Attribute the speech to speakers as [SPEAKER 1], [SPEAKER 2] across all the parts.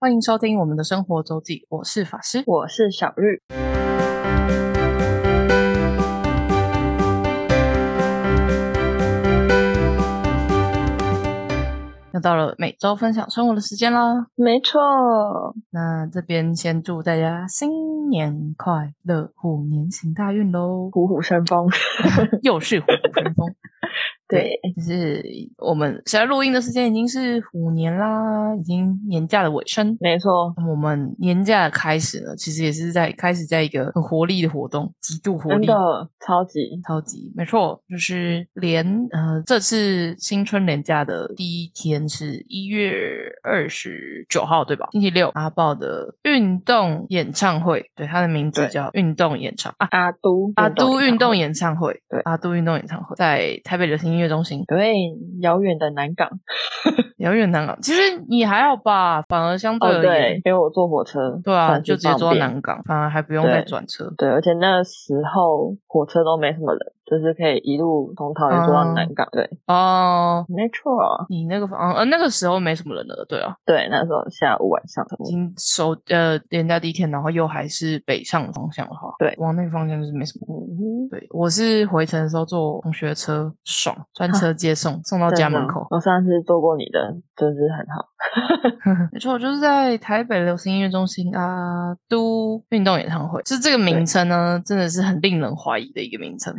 [SPEAKER 1] 欢迎收听我们的生活周记，我是法师。
[SPEAKER 2] 我是小日。
[SPEAKER 1] 又到了每周分享生活的时间啦，
[SPEAKER 2] 没错，
[SPEAKER 1] 那这边先祝大家新年快乐，虎年行大运喽！
[SPEAKER 2] 虎虎生 风。
[SPEAKER 1] 又是虎虎生风，
[SPEAKER 2] 对，
[SPEAKER 1] 就是我们现在录音的时间已经是虎年啦，已经年假的尾声。
[SPEAKER 2] 没错，
[SPEAKER 1] 那么我们年假的开始呢，其实也是在开始在一个很活力的活动，极度活
[SPEAKER 2] 真
[SPEAKER 1] 力，
[SPEAKER 2] 的超级
[SPEAKER 1] 超级没错，就是连呃这次新春连假的第一天是一月二十九号，对吧？星期六，阿豹的运动演唱会，对，它的名字
[SPEAKER 2] 对
[SPEAKER 1] 叫运动演唱啊，
[SPEAKER 2] 阿都
[SPEAKER 1] 阿都运动
[SPEAKER 2] 也
[SPEAKER 1] 演唱会，
[SPEAKER 2] 对
[SPEAKER 1] 阿都运动演唱会在台北流行音乐中心，
[SPEAKER 2] 对遥远的南港
[SPEAKER 1] 遥远南港。其实你还好吧，反而相对
[SPEAKER 2] 哦，
[SPEAKER 1] 而言，
[SPEAKER 2] 对，因为我坐火车，
[SPEAKER 1] 对啊，
[SPEAKER 2] 算
[SPEAKER 1] 就是直接坐
[SPEAKER 2] 方
[SPEAKER 1] 到
[SPEAKER 2] 便
[SPEAKER 1] 南港，反而还不用再
[SPEAKER 2] 对
[SPEAKER 1] 转车。
[SPEAKER 2] 对，而且那时候火车都没什么人，就是可以一路从桃园坐到南港。对，
[SPEAKER 1] 哦，
[SPEAKER 2] 没错，
[SPEAKER 1] 你那个房，呃，那个时候没什么人了，对啊。
[SPEAKER 2] 对，那时候下午晚上
[SPEAKER 1] 已经收呃连假第一天，然后又还是北上方向的话，
[SPEAKER 2] 对
[SPEAKER 1] 往那个方向就是没什么。
[SPEAKER 2] 嗯
[SPEAKER 1] 对，我是回程的时候坐同学车，爽，专车接送，送到
[SPEAKER 2] 嗯哼，
[SPEAKER 1] 家
[SPEAKER 2] 真的
[SPEAKER 1] 门口。
[SPEAKER 2] 我上次坐过你的，就是很好。
[SPEAKER 1] 没错，就是在台北流行音乐中心啊，都运动演唱会，就是这个名称呢，真的是很令人怀疑的一个名 称，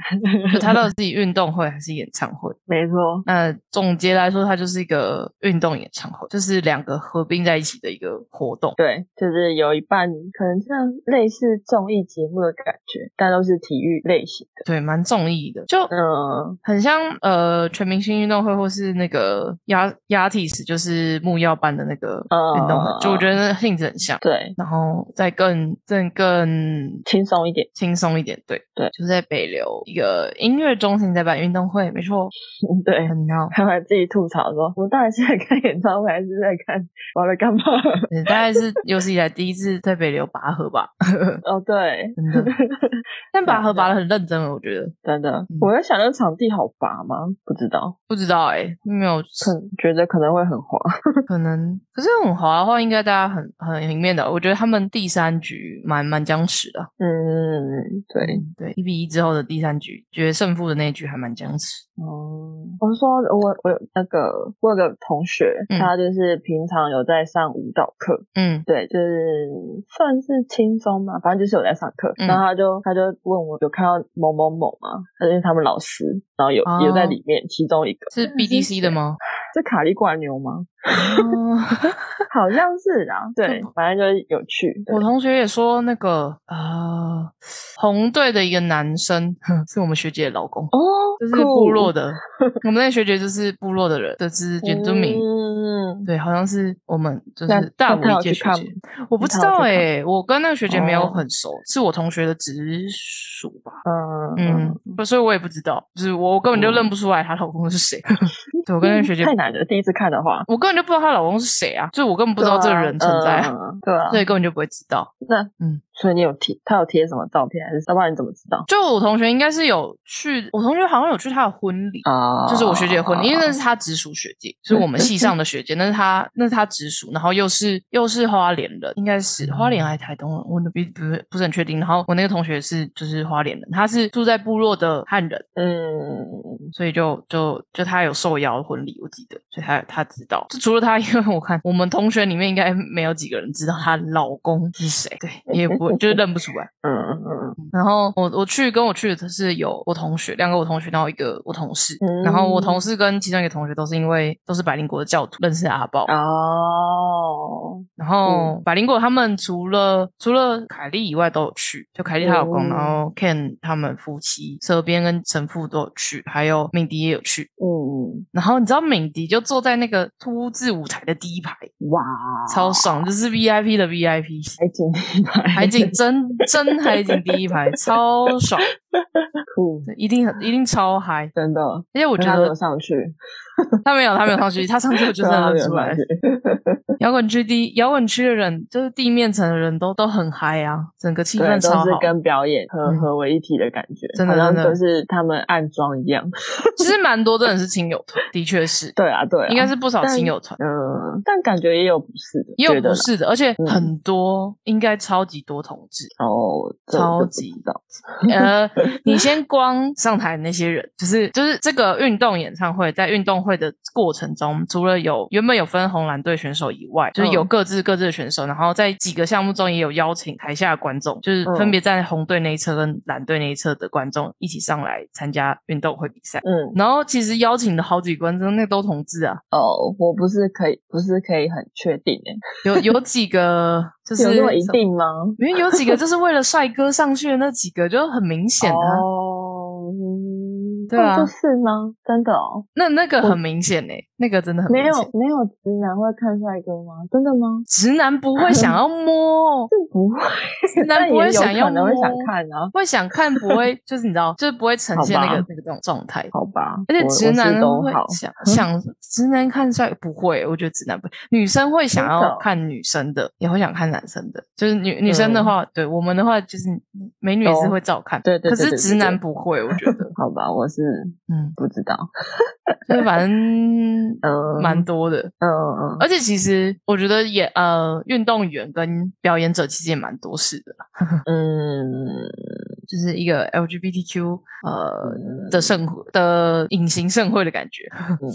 [SPEAKER 1] 就它到底是运动会还是演唱会？
[SPEAKER 2] 没错，
[SPEAKER 1] 那总结来说，它就是一个运动演唱会，就是两个合并在一起的一个活动。
[SPEAKER 2] 对，就是有一半可能像类似综艺节目的感觉，但都是体育类型的。
[SPEAKER 1] 对，蛮中意的。就
[SPEAKER 2] 嗯，
[SPEAKER 1] 很像呃全明星运动会或是那个压压体时，就是木曜班的那个
[SPEAKER 2] 嗯
[SPEAKER 1] 运动会，就我觉得性质很像，
[SPEAKER 2] 对，
[SPEAKER 1] 然后再更更更
[SPEAKER 2] 轻松一点。
[SPEAKER 1] 轻松一点，对
[SPEAKER 2] 对
[SPEAKER 1] 就是在北流一个音乐中心在办运动会，没错，
[SPEAKER 2] 对，
[SPEAKER 1] 很闹。
[SPEAKER 2] 他们自己吐槽说：“我到底是在看演唱会，还是在看我在干嘛
[SPEAKER 1] 对大概是有史以来第一次在北流拔河吧，？”
[SPEAKER 2] 哦，对，
[SPEAKER 1] 真的。但拔河
[SPEAKER 2] 真的
[SPEAKER 1] 拔的很认真，我觉得
[SPEAKER 2] 真的
[SPEAKER 1] 嗯，
[SPEAKER 2] 我在想那场地好拔吗？不知道，
[SPEAKER 1] 不知道哎、没有
[SPEAKER 2] 可觉得可能会很滑。
[SPEAKER 1] 可能，可是很滑啊的话，应该大家很很赢面的。我觉得他们第三局蛮蛮僵持的，啊
[SPEAKER 2] 嗯，对，
[SPEAKER 1] 嗯对，一比一之后的第三局，决胜负的那一局还蛮僵持。
[SPEAKER 2] 哦、我是说我我有那个我有个同学，
[SPEAKER 1] 嗯
[SPEAKER 2] 他就是平常有在上舞蹈课，
[SPEAKER 1] 嗯，
[SPEAKER 2] 对，就是算是轻松嘛，反正就是有在上课，
[SPEAKER 1] 嗯
[SPEAKER 2] 然后他就他就问我有看到某某某吗？他就是他们老师，然后有、有在
[SPEAKER 1] 哦
[SPEAKER 2] 里面其中一个
[SPEAKER 1] 嗯是 BDC 的 吗？
[SPEAKER 2] 是卡利瓜牛吗？
[SPEAKER 1] 哦
[SPEAKER 2] 好像是啊，对
[SPEAKER 1] 嗯，
[SPEAKER 2] 反正就是有趣。对
[SPEAKER 1] 我同学也说那个呃，红队的一个男生是我们学姐的老公，
[SPEAKER 2] 哦，
[SPEAKER 1] 就是部落
[SPEAKER 2] 的
[SPEAKER 1] 的。我们那个学姐就是部落的人，就是原住民。
[SPEAKER 2] 嗯，
[SPEAKER 1] 对，好像是我们就
[SPEAKER 2] 那
[SPEAKER 1] 是大
[SPEAKER 2] 那
[SPEAKER 1] 我
[SPEAKER 2] 他
[SPEAKER 1] 一
[SPEAKER 2] 有
[SPEAKER 1] 届
[SPEAKER 2] 去
[SPEAKER 1] 学
[SPEAKER 2] 看
[SPEAKER 1] 姐
[SPEAKER 2] 吗，
[SPEAKER 1] 我不
[SPEAKER 2] 那
[SPEAKER 1] 知
[SPEAKER 2] 他有
[SPEAKER 1] 道
[SPEAKER 2] 去看
[SPEAKER 1] 哎、我跟那个学姐没有
[SPEAKER 2] 哦
[SPEAKER 1] 很熟，是我同学的直属吧。嗯
[SPEAKER 2] 嗯，
[SPEAKER 1] 不，所以我也不知道，就是我我根本就认
[SPEAKER 2] 嗯
[SPEAKER 1] 不出来她老公是谁。 对我跟那个学姐
[SPEAKER 2] 太难了，第一次看的话，
[SPEAKER 1] 我根本就不知道她老公是谁啊，就我根本不知道这个人存在啊，
[SPEAKER 2] 对啊，嗯
[SPEAKER 1] 所
[SPEAKER 2] 对
[SPEAKER 1] 以
[SPEAKER 2] 啊。
[SPEAKER 1] 根本就不会知道。
[SPEAKER 2] 那
[SPEAKER 1] 嗯
[SPEAKER 2] 嗯，所以你有贴，他有贴什么照片，还是要不然你怎么知道？
[SPEAKER 1] 就我同学应该是有去，我同学好像有去她的婚礼，
[SPEAKER 2] 啊
[SPEAKER 1] 就是我学姐的婚礼，因为那是她直属学姐，是我们系上的学姐，那是她那是她直属，然后又是又是花莲人，应该是花莲还是台东人，我不不不是很确定。然后我那个同学是就是花莲人，他是住在部落的汉人。
[SPEAKER 2] 嗯，
[SPEAKER 1] 所以就就就他有受邀婚礼，我记得，所以他他知道。就除了他，因为我看我们同学里面应该没有几个人知道她老公是谁，对，也不就是认不出来。
[SPEAKER 2] 嗯嗯嗯
[SPEAKER 1] 然后我我去跟我去的是有我同学，两个我同学，然后一个我同事，然后我同事跟其中一个同学都是因为都是百灵国的教徒认识阿豹，
[SPEAKER 2] 嗯，哦，
[SPEAKER 1] 然后百灵果他们除了除了凯莉以外都有去，就凯莉她老公，
[SPEAKER 2] 嗯
[SPEAKER 1] 然后 Ken 他们夫妻蛇边跟神父都有去，还有敏迪也有去。
[SPEAKER 2] 嗯，
[SPEAKER 1] 然后你知道敏迪就坐在那个凸字舞台的第一排，
[SPEAKER 2] 哇，哦
[SPEAKER 1] 超爽，就是 VIP 的 VIP，
[SPEAKER 2] 海景地带
[SPEAKER 1] 海景真真海景第一排，超爽。
[SPEAKER 2] 酷，
[SPEAKER 1] 对一定很一定超嗨。
[SPEAKER 2] 真的。
[SPEAKER 1] 而且我觉
[SPEAKER 2] 他没
[SPEAKER 1] 得
[SPEAKER 2] 有上去，
[SPEAKER 1] 他没有，他没有上去，他上去我就是
[SPEAKER 2] 他
[SPEAKER 1] 让他
[SPEAKER 2] 没有
[SPEAKER 1] 出
[SPEAKER 2] 上
[SPEAKER 1] 来。
[SPEAKER 2] 去
[SPEAKER 1] 摇滚区第摇滚区的人，就是地面层的人都都很嗨啊，整个气
[SPEAKER 2] 对，
[SPEAKER 1] 氛超
[SPEAKER 2] 都是
[SPEAKER 1] 好，
[SPEAKER 2] 跟表演合
[SPEAKER 1] 嗯
[SPEAKER 2] 合为一体的感觉，
[SPEAKER 1] 真的
[SPEAKER 2] 好像
[SPEAKER 1] 真的
[SPEAKER 2] 就是他们暗装一样。
[SPEAKER 1] 其实蛮多真的是亲友团，的确是，
[SPEAKER 2] 对啊，对啊，
[SPEAKER 1] 应该是不少
[SPEAKER 2] 但
[SPEAKER 1] 亲友团。
[SPEAKER 2] 嗯，但感觉也有不是的，
[SPEAKER 1] 也
[SPEAKER 2] 觉
[SPEAKER 1] 有
[SPEAKER 2] 得
[SPEAKER 1] 不
[SPEAKER 2] 啦
[SPEAKER 1] 是的，而且
[SPEAKER 2] 嗯
[SPEAKER 1] 很多、应该超级多同志。
[SPEAKER 2] 哦，这我就
[SPEAKER 1] 超
[SPEAKER 2] 不
[SPEAKER 1] 级
[SPEAKER 2] 知道
[SPEAKER 1] 呃，你先光上台那些人，就是就是这个运动演唱会，在运动会的过程中，除了有原本有分红蓝队选手以外，就是有
[SPEAKER 2] 嗯
[SPEAKER 1] 各自各自的选手，然后在几个项目中也有邀请台下的观众，就是分
[SPEAKER 2] 嗯
[SPEAKER 1] 别在红队那一侧跟蓝队那一侧的观众一起上来参加运动会比赛。
[SPEAKER 2] 嗯，
[SPEAKER 1] 然后其实邀请的好几关，真那都同志啊，
[SPEAKER 2] 哦，我不是可以，不是可以很确定诶，
[SPEAKER 1] 有有几个 就是
[SPEAKER 2] 有那么一
[SPEAKER 1] 什么
[SPEAKER 2] 定吗？
[SPEAKER 1] 因为有几个就是为了帅哥上去的那几个，就很明显啊。
[SPEAKER 2] 哦，嗯
[SPEAKER 1] 对
[SPEAKER 2] 那
[SPEAKER 1] 啊
[SPEAKER 2] 就是吗？真的哦，
[SPEAKER 1] 那那个很明显呢、欸那个真的很
[SPEAKER 2] 没
[SPEAKER 1] 明
[SPEAKER 2] 有
[SPEAKER 1] 显。
[SPEAKER 2] 没有直男会看帅哥吗？真的吗？
[SPEAKER 1] 直男不会想要摸，哦
[SPEAKER 2] 这不会，
[SPEAKER 1] 男
[SPEAKER 2] 但
[SPEAKER 1] 不
[SPEAKER 2] 也
[SPEAKER 1] 会
[SPEAKER 2] 有
[SPEAKER 1] 想要
[SPEAKER 2] 可能会想
[SPEAKER 1] 摸
[SPEAKER 2] 看啊，
[SPEAKER 1] 会想看，不会就是你知道，就是不会呈现那
[SPEAKER 2] 好
[SPEAKER 1] 个
[SPEAKER 2] 吧
[SPEAKER 1] 那个状状态。
[SPEAKER 2] 好吧，
[SPEAKER 1] 而且
[SPEAKER 2] 我
[SPEAKER 1] 直
[SPEAKER 2] 我是
[SPEAKER 1] 男
[SPEAKER 2] 都
[SPEAKER 1] 会
[SPEAKER 2] 好，
[SPEAKER 1] 想想直男看帅不会，我觉得直男不会。女生会想
[SPEAKER 2] 真的
[SPEAKER 1] 要
[SPEAKER 2] 哦
[SPEAKER 1] 看女生的，也会想看男生的。就是女女生的话，对我们的话，就是美女也是
[SPEAKER 2] 懂
[SPEAKER 1] 会照看，
[SPEAKER 2] 对对
[SPEAKER 1] 可
[SPEAKER 2] 对
[SPEAKER 1] 是
[SPEAKER 2] 对对
[SPEAKER 1] 直男
[SPEAKER 2] 对
[SPEAKER 1] 不会，我觉 得，
[SPEAKER 2] 好吧，我是
[SPEAKER 1] 嗯，
[SPEAKER 2] 不知道，
[SPEAKER 1] 就是反正
[SPEAKER 2] 嗯，
[SPEAKER 1] 蛮多的。
[SPEAKER 2] 嗯嗯嗯，
[SPEAKER 1] 而且其实我觉得也呃，运动员跟表演者其实也蛮多事的啦，
[SPEAKER 2] 嗯
[SPEAKER 1] 就是一个 LGBTQ 呃
[SPEAKER 2] 嗯
[SPEAKER 1] 的盛会的隐形盛会的感觉，
[SPEAKER 2] 嗯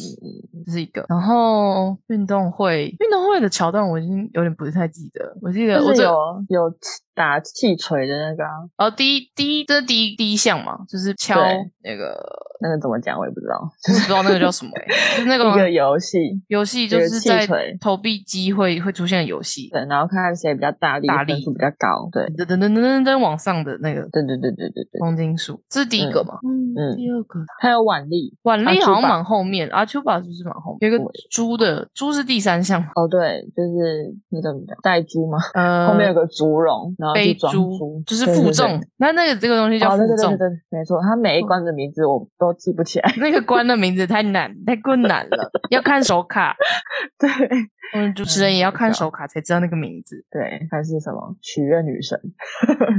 [SPEAKER 1] 这是一个。然后运动会，运动会的桥段我已经有点不太记得，我记得
[SPEAKER 2] 就
[SPEAKER 1] 我
[SPEAKER 2] 是
[SPEAKER 1] 只
[SPEAKER 2] 有有打气锤的那个啊、
[SPEAKER 1] 呃第一第一这是第一第一项嘛，就是敲
[SPEAKER 2] 对
[SPEAKER 1] 那个
[SPEAKER 2] 那个怎么讲我也不知道，
[SPEAKER 1] 我不知道那个叫什么、欸，就是那
[SPEAKER 2] 一个
[SPEAKER 1] 个
[SPEAKER 2] 游戏，
[SPEAKER 1] 游戏就
[SPEAKER 2] 一个
[SPEAKER 1] 是
[SPEAKER 2] 气
[SPEAKER 1] 在
[SPEAKER 2] 锤
[SPEAKER 1] 投币机会会出现的游戏，
[SPEAKER 2] 对，然后看看谁比较大力，
[SPEAKER 1] 大力
[SPEAKER 2] 分数比较高，对，
[SPEAKER 1] 噔噔噔噔噔噔往上的那个
[SPEAKER 2] 对对对对对对，
[SPEAKER 1] 黄金树，这是第一个嘛？嗯
[SPEAKER 2] 嗯
[SPEAKER 1] 第二个
[SPEAKER 2] 还有腕力，
[SPEAKER 1] 婉丽
[SPEAKER 2] 阿
[SPEAKER 1] 好像
[SPEAKER 2] 丘巴
[SPEAKER 1] 蛮后面，阿丘巴是不是蛮后面？有一个
[SPEAKER 2] 我
[SPEAKER 1] 猪的，猪是第三项嘛，
[SPEAKER 2] 哦对，就是那个怎么讲，带猪吗？
[SPEAKER 1] 呃，
[SPEAKER 2] 后面有个猪笼，然后
[SPEAKER 1] 背
[SPEAKER 2] 去装
[SPEAKER 1] 猪
[SPEAKER 2] 猪，
[SPEAKER 1] 就是
[SPEAKER 2] 对
[SPEAKER 1] 负重。。那那个这个东西叫
[SPEAKER 2] 对对
[SPEAKER 1] 嗯
[SPEAKER 2] 哦，
[SPEAKER 1] 负
[SPEAKER 2] 对对对对
[SPEAKER 1] 重，
[SPEAKER 2] 对，没错，它每一关的名字我都记不起来。
[SPEAKER 1] 那个关的名字太难太困难了，要看手卡。
[SPEAKER 2] 对
[SPEAKER 1] 我们主持人也要看
[SPEAKER 2] 不知
[SPEAKER 1] 手卡才知道那个名字。
[SPEAKER 2] 对，还是什么许愿女神，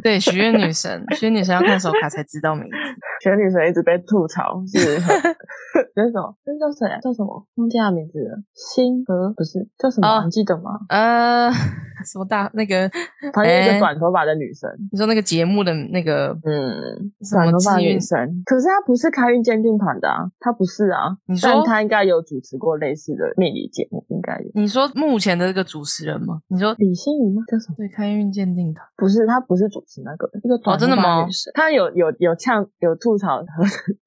[SPEAKER 1] 对，许愿女神，许愿女神要看手卡才知道名字。
[SPEAKER 2] 许愿女神一直被吐槽是很 那什么，那叫谁啊？叫什么？忘记他名字了。星河不是叫什么
[SPEAKER 1] 哦
[SPEAKER 2] 啊？你记得吗？
[SPEAKER 1] 呃， 什么大那个？
[SPEAKER 2] 反正一
[SPEAKER 1] 哎
[SPEAKER 2] 个短头发的女生，
[SPEAKER 1] 你说那个节目的那个
[SPEAKER 2] 嗯，
[SPEAKER 1] 什
[SPEAKER 2] 短
[SPEAKER 1] 么
[SPEAKER 2] 头发的
[SPEAKER 1] 志
[SPEAKER 2] 女
[SPEAKER 1] 愿？
[SPEAKER 2] 生。可是她不是开运鉴定团的啊，她不是啊。
[SPEAKER 1] 你说
[SPEAKER 2] 但她应该有主持过类似的命理节目，应该有。
[SPEAKER 1] 你说目前的这个主持人吗？你说
[SPEAKER 2] 李心怡吗？叫什么？
[SPEAKER 1] 对开运鉴定的，
[SPEAKER 2] 不是，她不是主持那个，一个
[SPEAKER 1] 哦
[SPEAKER 2] 短头
[SPEAKER 1] 真的
[SPEAKER 2] 发
[SPEAKER 1] 吗
[SPEAKER 2] 女生。她有有有呛有吐槽何，